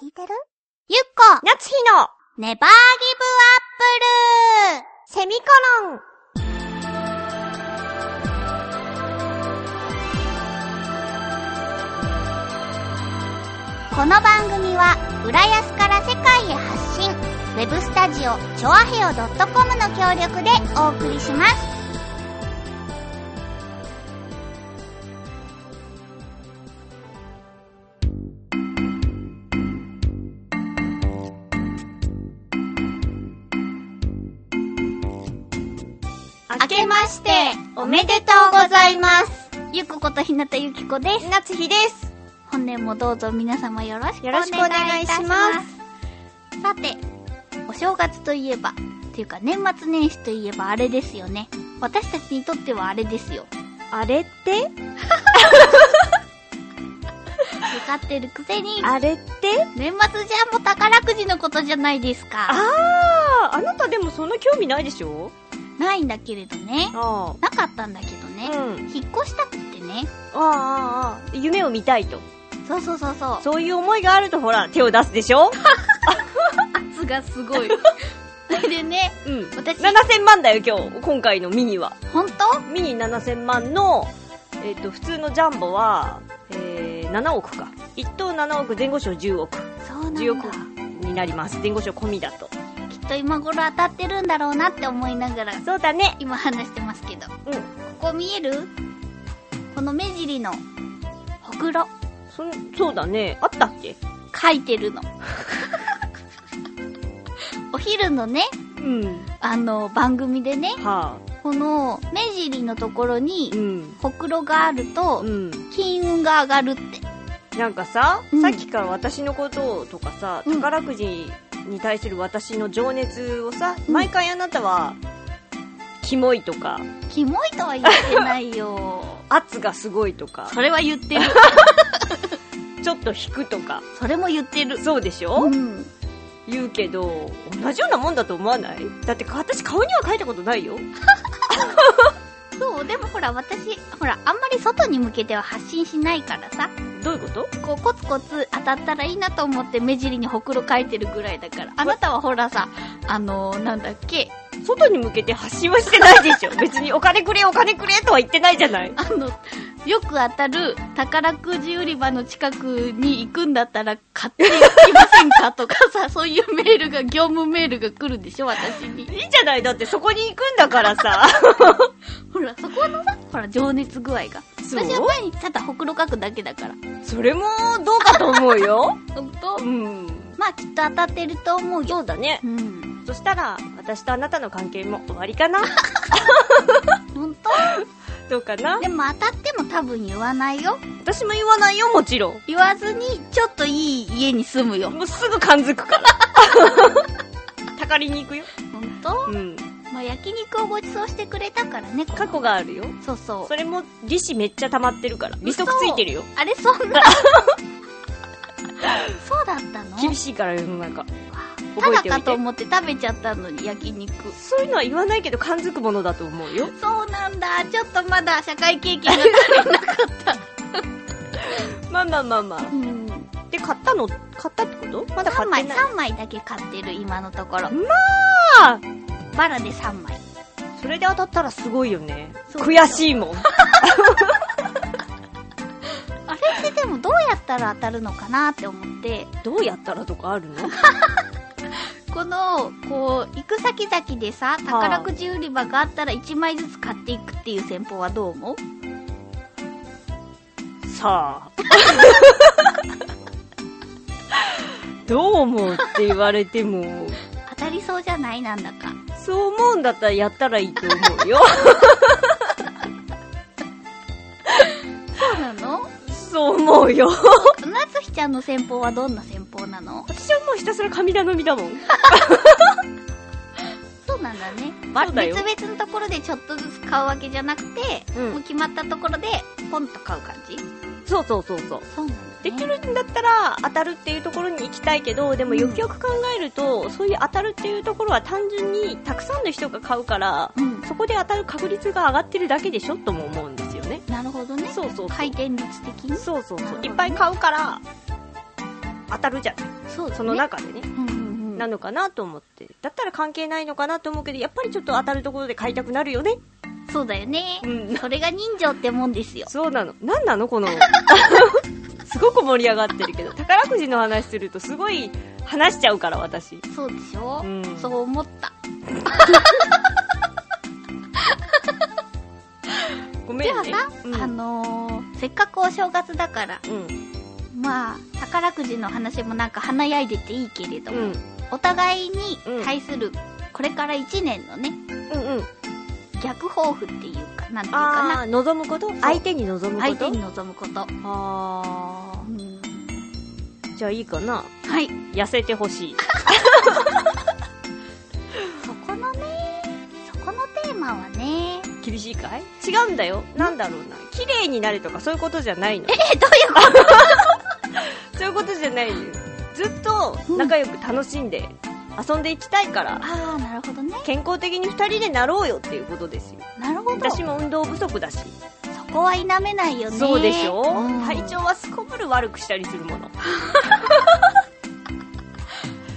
聞いてるゆっこ夏日のネバーギブアップルセミコロンこの番組は浦安から世界へ発信ウェブスタジオチョアヘオ .com の協力でお送りします明けましておめでとうございますゆくことひなたゆきこです夏日です本年もどうぞ皆様よろしくおよ願ろいいしたくしおます願いしますさてお正月といえばっていうか年末年始といえばあれですよね私たちにとってはあれですよあれって分かってるくせにあれって年末じゃもう宝くじのことじゃないですかあーあなたでもそんな興味ないでしょないんだけれどねあなかったんだけどねあ、うん引っ越したくってねああああ夢を見たいとそうそうそうそうそういう思いがあるとほら手を出すで しょ圧がす ごいでねうん私7000万だよ今日今回のミニは本当ミニ7000万の、えっと普通のジャンボは、えー、7億か1等7億前後賞10億そうなんだ10億になります前後賞込みだときっと今頃当たってるんだろうなって思いながらそうだね今話してますけどこうんこ見えるこの目尻のほくろそそうだねあったっけ書いてる のお昼のねうんあの番組でねはあこの目尻のところにうんほくろがあるとうん金運が上がるってなんかさ、うんさっきから私のこととかさうん宝くじに対する私の情熱をさ、うん毎回あなたはキモいとかキモいとは言ってないよ圧がすごいとか それは言ってるちょっと引くとかそれも言ってるそうでしょ、うん言うけど同じようなもんだと思わないだって私顔には書いたことないよそうでもほら私ほらあんまり外に向けては発信しないからさどういうことこうコツコツ当たったらいいなと思って目尻にほくろ書いてるぐらいだからあなたはほらさあのー、なんだっけ外に向けて発信はしてないで しょ別にお金くれお金くれとは言ってないじゃないあのよく当たる宝くじ売り場の近くに行くんだったら買っていきませんかとかさ そういうメールが業務メールが来るんでしょ私にいいじゃないだってそこに行くんだからさほらそこのさほら情熱具合が私そうは前にただほくろ書くだけだから それもどうかと思うよ本当うんまあきっと当たってると思うよそうだねうんそしたら私とあなたの関係も終わりかな本どうかな当でも当たっても多分言わないよ私も言わないよもちろん言わずにちょっといい家に住むよもうすぐ感づくから たかりに行くよ本当うんまあ焼肉をご馳走してくれたからねこの過去があるよそうそうそれも利子めっちゃ溜まってるから利息ついてるよあれそん なそうだったの厳しいから世の中た覚えだておかいとて思って食べちゃったのに焼肉そういうのは言わないけど感づくものだと思うよそうなんだちょっとまだ社会経験が まあまあまあまあうんで買ったの買ったってことまだ買3って枚ない3枚だけ買ってる今のところあバラで3枚ーそれで当たったらすごいよねそう悔しいもんあれってでもどうやったら当たるのかなって思って どうやったらとかあるのこのこう行く先々でさ宝くじ売り場があったら1枚ずつ買っていくっていう戦法はどう思うさあどう思うって言われても当たりそうじゃないなんだかそう思うんだったらやったらいいと思う よそうな のそう思 うよ夏日ちゃんの戦法はどんな戦法なの私はもうひたすら神頼みだもんそうなんだねそうだよ別々のところでちょっとずつ買うわけじゃなくて、うんもう決まったところでポンと買う感じそうそうそうそうそうなんできねるんだったら当たるっていうところに行きたいけどでもよくよく考えると、そういう当たるっていうところは単純にたくさんの人が買うからうんそこで当たる確率が上がってるだけでしょとも思うんですよねなるほどねそうそうそう回転率的にそうそうなるほそどうねいっぱい買うから当たるじゃんそうそのな、中でねうんうんうんなのかなと思ってだったら関係ないのかなと思うけどやっぱりちょっと当たるところで買いたくなるよねそうだよね、うんそれが人情ってもんですよそうなの何なのこの すごく盛り上がってるけど宝くじの話するとすごい話しちゃうから私そうでしょ、うんそう思ったごめでんはねな、うんあのー、せっかくお正月だからうんまあ宝くじの話もなんか華やいでていいけれどうも、んお互いに対するこれから1年のねうんうん逆抱負っていうかなんていうかあなあ望むこと相手に望むこと相手に望むこと、あうんーじゃあいいかなはい痩せてほしいそこのねそこのテーマはね厳しいかい違うんだよなんだろうな綺麗になれとかそういうことじゃないのえどういうこ そういうことじゃないのよずっと仲良く楽しんで遊んでいきたいからとああなるほどね健康的に二人でなろうよっていうことですよなるほど私も運動不足だしそこは否めないよねそうでしょん体調はすこぶる悪くしたりするもの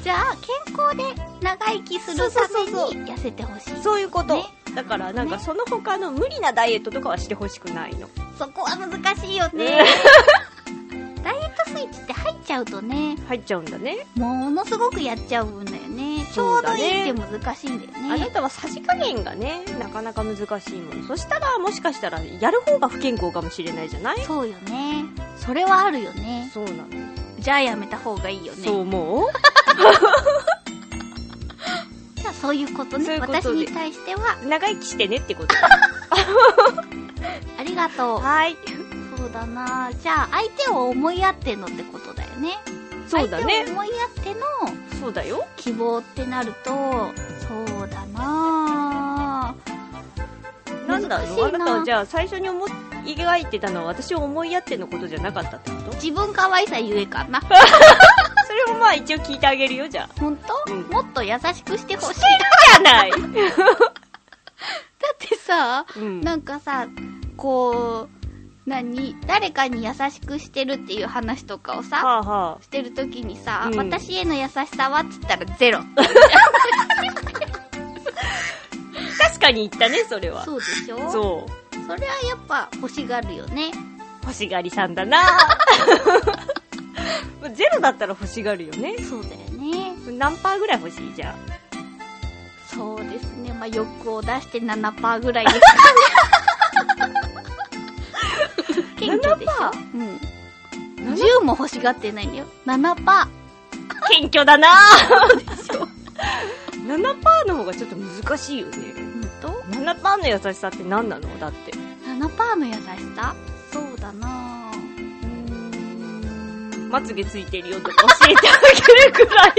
じゃあ健康で長生きするたそうそうそうそめに痩せてほしいそういうことねだからなんかその他の無理なダイエットとかはしてほしくないのそこは難しいよねね ダイエットスイッチって入っちゃうとね入っちゃうんだねものすごくやっちゃうんだよねちょそううどだいねいって難しいんだよねあなたはさじ加減がねなかなか難しいものそしたらもしかしたらやる方が不健康かもしれないじゃないそうよねそれはあるよねそうなの、じゃあやめた方がいいよねそう思うじゃあそういうことねそういうことで私に対しては長生きしてねってことありがとうはいそうだなじゃあ相手を思いやってのってことだよねそうだ相ね手を思いやってのそうだよ希望ってなるとそうだななんだ難しろうあいななたはじゃあ最初に思い描いてたのは私を思いやってのことじゃなかったってこと自分可愛さゆえか なそれもまあ一応聞いてあげるよじゃ本当、うんもっと優しくしてほしいあじゃない、だってさうん、なんかさこう何誰かに優しくしてるっていう話とかをさはあはしてるときにさ、うん私への優しさはっつったらゼロあ確かに言ったねそれはそうでしょそそうれはやっぱ欲しがるよね欲しがりさんだ なゼロだったら欲しがるよねそうだよね何パーぐらい欲しいじゃんそうですねまあ欲を出して7%ぐらいですか ね謙虚でしょうん10も欲しがってないんだよ7%謙虚だな7パーの方がちょっと難しいよねうんと7パーの優しさって何なのだって7%の優しさそうだなぁうーんまつげついてるよとか教えてあげるくらい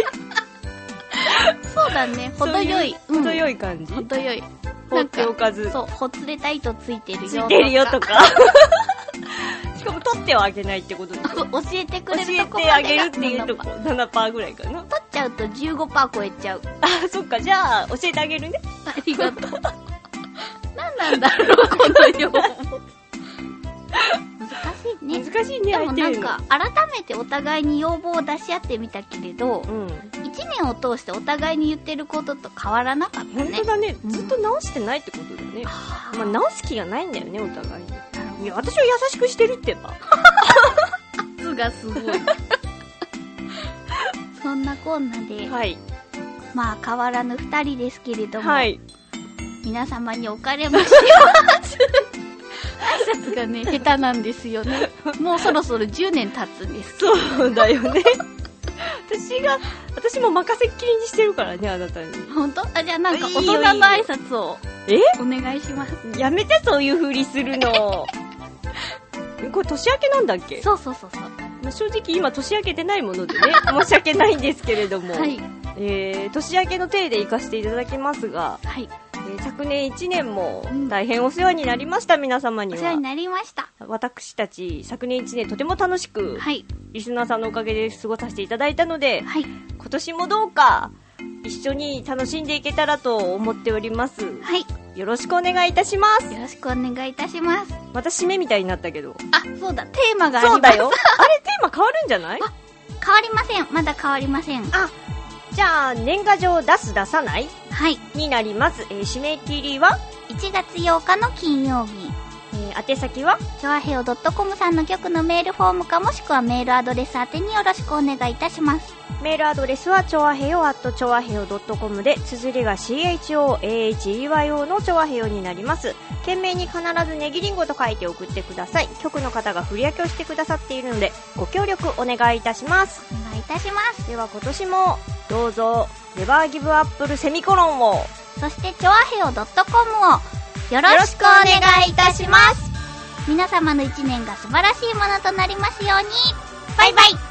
そうだね程よいそうう程い、よい感じ、うん、程よい放っておかずそうほつれた糸ついてるよついてるよととかか しかも取ってはあげないってことでしょ教えてく教れるえとこてあまげでるがっていうとこ7% 7%ぐらいかな取っちゃうと15%超えちゃうあそっかじゃあ教えてあげるねありがとう。何なんだろう、この量。難しいね。難しいねでも相手なへんのか、改めてお互いに要望を出し合ってみたけれど、うん1年を通してお互いに言ってることと変わらなかった本ね当。だね、うんずっと直してないってことだよね、あまあ、直す気がないんだよねお互いにーいや私を優しくしてるってば圧がすごい。 そんなこんなで、はいまあ変わらぬ2人ですけれども、はい皆様におかれましては挨拶がね下手なんですよ ねもうそろそろ10年経つんですそうだよね 私が私も任せっきりにしてるからねあなたに本当あじゃあなんかいい大よ人の挨拶をえお願いしますやめてそういうふりする のえこれ年明けなんだっけ、そうそうそうそうまあ正直今年明けてないもの でね申し訳ないんですけれども、はいえー年明けの体で行かせていただきますが、はいえー昨年1年もうん大変お世話になりました、皆様におは世話になりました私たち昨年1年とても楽しく、はいリスナーさんのおかげで過ごさせていただいたのではい今年もどうか一緒に楽しんでいけたらと思っておりますはいよろしくお願いいたしますよろしくお願いいたしますまた締めみたいになったけどあそうだテーマがありますそうだよあれテーマ変わるんじゃないあ変変わりません。まだ変わりません。あじゃあ年賀状出す出さないはい。になります、えー締め切りは、 1月8日の金曜日。えー宛先はチョアヘオ .com さんの局のメールフォームかもしくはメールアドレス宛てによろしくお願いいたします。メールアドレスは、ちょわへよ at ちょわへよ .com で、綴りが CHOAHEYO のちょわへよになります。懸命に必ずネギリンゴと書いて送ってください。局の方が振り分けをしてくださっているので、ご協力お願いいたします。お願いいたします。では今年も、どうぞ、ネバーギブアップルセミコロンを、よそして、チョアヘオ .com をよろしくお願いいたします。す。皆様の一年が素晴らしいものとなりますように。バイバイ